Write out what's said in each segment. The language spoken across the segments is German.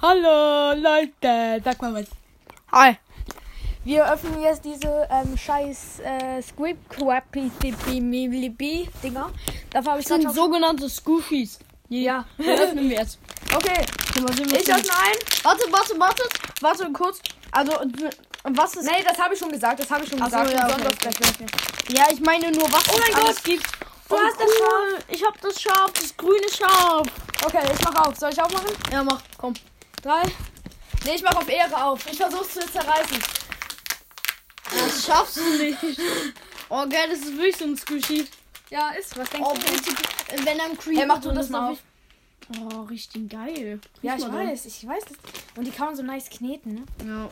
Hallo Leute, sag mal was. Hi. Wir öffnen jetzt diese ähm, scheiß äh, Squib Quappy Dippy Mibli Dinger. Davon habe ich Das sind gerade so. sogenannte Scoofies. Die Ja. die öffnen wir jetzt. Okay, Guck mal, sehen wir ich schon. öffne ein. Warte, warte, warte. Warte kurz. Also, äh, was ist. Nee, das habe ich schon gesagt, das habe ich schon Ach so, gesagt. ja, Und okay, sonst was gleich nicht. Ja, ich meine nur, was Oh mein es alles Gott. gibt. Du Und hast das cool. Ich hab das Schaf, das grüne Schaf. Okay, ich mache auf. Soll ich aufmachen? Ja, mach, komm. Drei. Nee, ich mache auf Ehre auf. Ich versuch's zu zerreißen. Das schaffst du nicht. Oh, geil, das ist wirklich so ein Squishy. Ja, ist. Was denkst Oh, du? denn? bitte. Wenn dann Creep. Hey, mach du drin das ist, mal darf auf. ich- Oh, richtig geil. Ja, Riech ich mal weiß, ich weiß das. Und die kann man so nice kneten. ne? dran.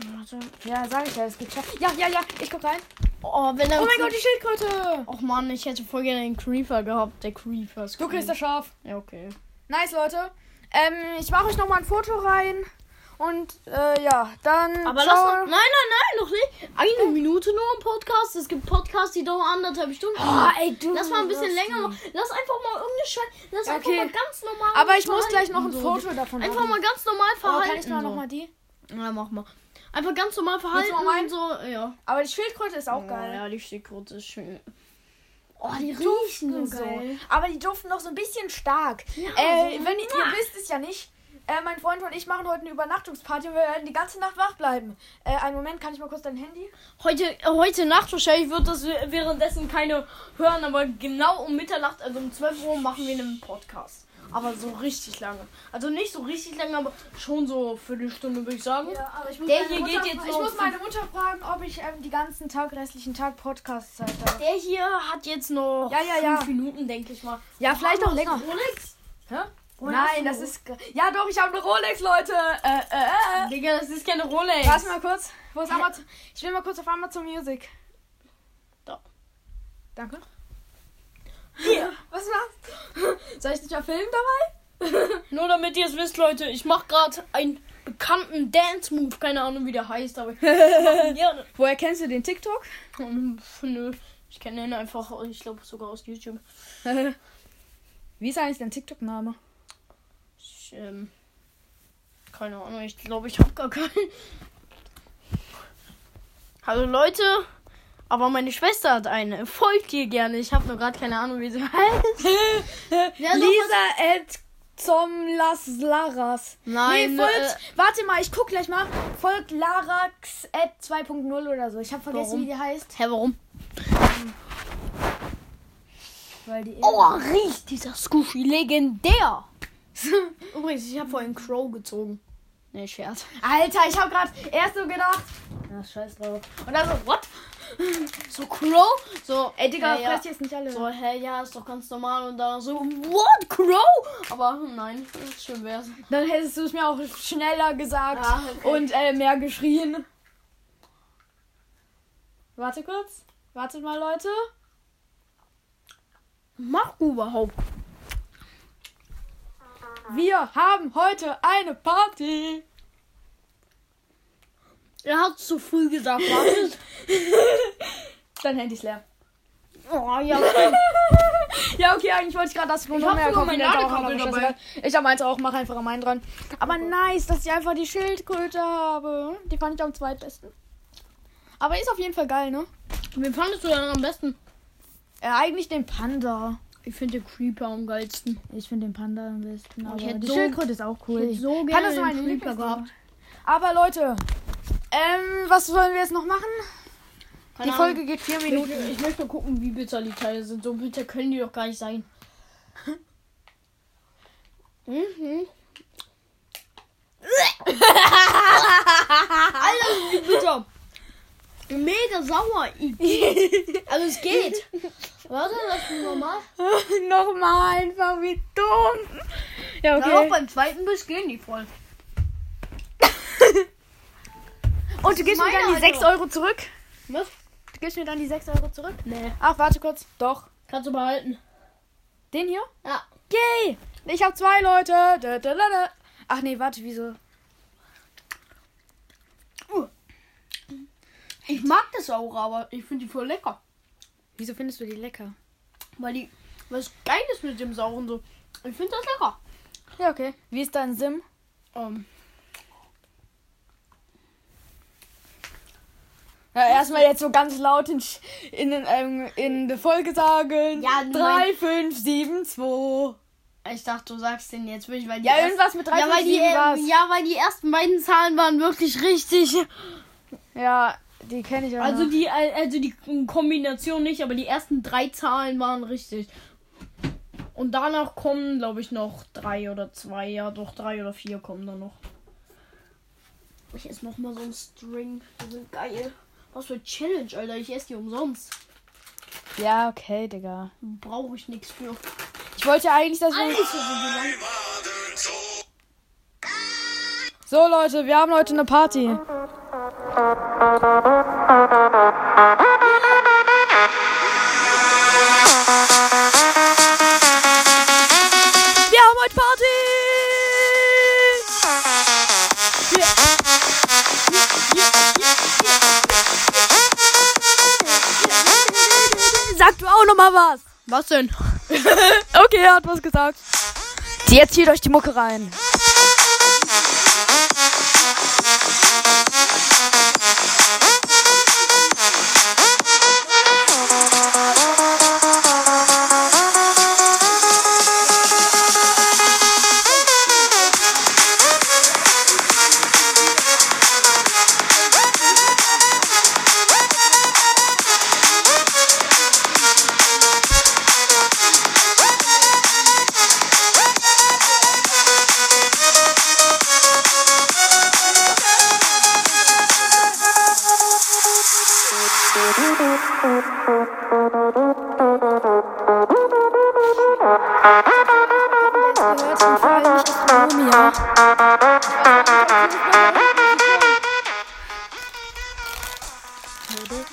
Ja. Warte. Ja, sag ich ja, es geht schon. Ja, ja, ja, ich guck rein. Oh, wenn dann Oh mein Creep- Gott, die Schildkröte! Och man, ich hätte voll gerne den Creeper gehabt. Der Creeper ist Du cool. kriegst das Schaf. Ja, okay. Nice, Leute. Ähm, ich mache euch nochmal ein Foto rein. Und äh, ja, dann. Aber lass doch. Nein, nein, nein, noch nicht. Eine Minute nur im Podcast. Es gibt Podcasts, die dauern anderthalb Stunden. Oh, ey, du. Lass mal ein bisschen länger machen. Lass einfach mal umgeschalten. Lass einfach Okay. mal ganz normal. Aber ich muss verhalten gleich noch ein so. Foto davon Einfach machen. mal ganz normal Oh, verhalten. kann ich mal so. nochmal die? Ja, mach mal. Einfach ganz normal verhalten mal rein? und so. Ja. Aber die Schildkröte ist auch Oh, geil. ja, die Stickrute ist schön. Oh, die, Duften riechen so geil. Aber die duften noch so ein bisschen stark. Ja, äh, so- wenn ihr, ihr wisst es ja nicht. Äh, mein Freund und ich machen heute eine Übernachtungsparty und wir werden die ganze Nacht wach bleiben. Äh, einen Moment, kann ich mal kurz dein Handy? Heute, äh, heute Nacht wahrscheinlich wird das währenddessen keine hören, aber genau um Mitternacht, also um 12 Uhr, machen wir einen Podcast. Aber so richtig lange. Also nicht so richtig lange, aber schon so für die Stunde, würde ich sagen. aber ich muss, Der meine hier Mutter- geht jetzt ich noch muss fünf- meine Mutter fragen, ob ich ähm, die ganzen Tag, restlichen Tag Podcast-Zeit habe. Der hier hat jetzt noch Ja, ja, ja. fünf Minuten, denke ich mal. Ja, vielleicht auch länger. Rolex? Hä? Woher hast Nein, du das die? ist. ge- Ja, doch, ich habe eine Rolex, Leute. Äh, äh, äh. Digga, das ist keine Rolex. Warte mal kurz. Wo ist Amazon? Ich will mal kurz auf Amazon Music. Da. Danke. Hier. Was machst du? Soll ich dich mal filmen dabei? Nur damit ihr es wisst, Leute, ich mache gerade einen bekannten Dance-Move. Keine Ahnung, wie der heißt, aber ich mach ihn gerne. Woher kennst du den TikTok? Hm, pf, Nö, ich kenne ihn einfach, ich glaube sogar aus YouTube. Wie ist eigentlich dein TikTok-Name? Ich, ähm, keine Ahnung, ich glaube, ich habe gar keinen. Hallo Leute, aber meine Schwester hat eine. Folgt ihr gerne. Ich habe nur gerade keine Ahnung, wie sie heißt. Ja, doch, Lisa at zum Las Laras. Nein, äh, nee, folgt. warte mal, ich guck gleich mal. Folgt Larax at 2.0 oder so. Ich habe vergessen, Warum? wie die heißt. Hä, warum? Weil die Oh, riecht dieser Scoofy legendär. Übrigens, ich habe vorhin Crow gezogen. Nee, Scherz. Alter, ich habe gerade erst so gedacht. Na, scheiß drauf. Und dann so, what? So Crow? So, Ey, Digga, ja, ja. fress jetzt nicht alle. So, hä, ja, ist doch ganz normal. Und dann so, what, Crow? Aber hm, nein, schön wär's. Dann hättest du es mir auch schneller gesagt Ah, okay. und äh, mehr geschrien. Warte kurz. Wartet mal, Leute. Mach überhaupt. Ah. Wir haben heute eine Party. Er hat zu früh gesagt, warte. Dein Handy ist leer. oh, ja, stimmt. Ja, okay, eigentlich wollte ich gerade das von hab sogar mehr kaufen, mein der hat auch Ladekabel noch dabei. Oh geschlossen. Ich habe meins auch, mach einfach meinen dran. Aber nice, dass ich einfach die Schildkröte habe. Die fand ich am zweitbesten. Aber ist auf jeden Fall geil, ne? Wen fandest du dann am besten? Äh, eigentlich den Panda. Ich finde den Creeper am geilsten. Ich finde den Panda am besten. Oh, Aber ich hätte die so- Schildkröte ist auch cool. Ich hätte so Kann gerne das den mein Creeper Lieblings gehabt. gehabt. Aber Leute, ähm, was wollen wir jetzt noch machen? Keine Ahnung. die Folge geht vier Ich, Minuten. möchte- ich möchte mal gucken, wie bitter die Teile sind. So bitter können die doch gar nicht sein. Mhm. Alter, wie bitter. Mega sauer. Also es geht. Warte, lass mich nochmal. Nochmal einfach, wie dumm. Ja, Auch okay. beim zweiten Biss gehen die voll. Und du gibst mir meine dann die also. 6 Euro zurück? Was? Du gibst mir dann die 6 Euro zurück? Nee. Ach, warte kurz. Doch. Kannst du behalten. Den hier? Ja. Yay! Ich hab zwei Leute. Da, da, da, da. Ach nee, warte, wieso? Ich mag das auch, aber ich finde die voll lecker. Wieso findest du die lecker? Weil die was geil ist mit dem Sauren so. Ich finde das lecker. Ja, okay. Wie ist dein Sim? Ähm, Ja, erstmal jetzt so ganz laut in, Sch- in, den, ähm, in der Folge sagen. Ja, nein. 3, 5, 7, 2. ich dachte, du sagst den jetzt wirklich, weil die Ja, ersten- irgendwas mit 3, ja, weil 5, die, 7 war's. ähm, ja, weil die ersten beiden Zahlen waren wirklich richtig. Ja, die kenne ich auch. Also noch. die, äh, also die Kombination nicht, aber die ersten drei Zahlen waren richtig. Und danach kommen, glaube ich, noch drei oder zwei, ja, doch drei oder vier kommen dann noch. Ich esse noch mal so ein String, die sind geil. Was für Challenge, Alter, ich esse die umsonst. Ja, okay, Digga. Brauche ich nichts für. Ich wollte ja eigentlich, dass wir. Alter, So, Leute, wir haben heute eine Party. Wir haben heute Party! Sag du auch nochmal was! was denn? Okay, er hat was gesagt. Jetzt zieht euch die Mucke rein.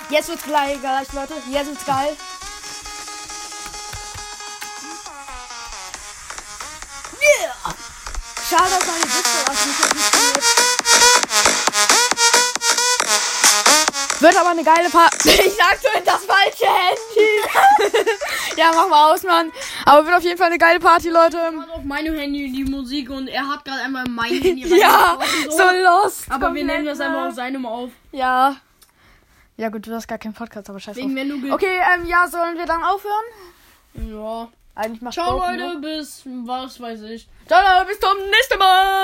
Jetzt wird's gleich, gleich, Leute. Jetzt wird's geil. Yeah! Schade, dass meine Witze aus dem Kopf nicht funktioniert. Wird aber eine geile Party. Ich sag schon das falsche Handy. ja, mach mal aus, Mann. Aber wird auf jeden Fall eine geile Party, Leute. Hat auf meinem Handy die Musik und er hat gerade einmal mein Handy Ja, reingesprochen, so lost. Aber wir komplett, nehmen das ne? einfach auf seinem auf. Ja. Ja gut, du hast gar keinen Podcast, aber scheiße. Wegen wenn du ge- Okay, ähm, ja, sollen wir dann aufhören? Ja. Eigentlich macht Ciao Bock, ne? Leute, bis was weiß ich. Ciao, Leute, bis zum nächsten Mal.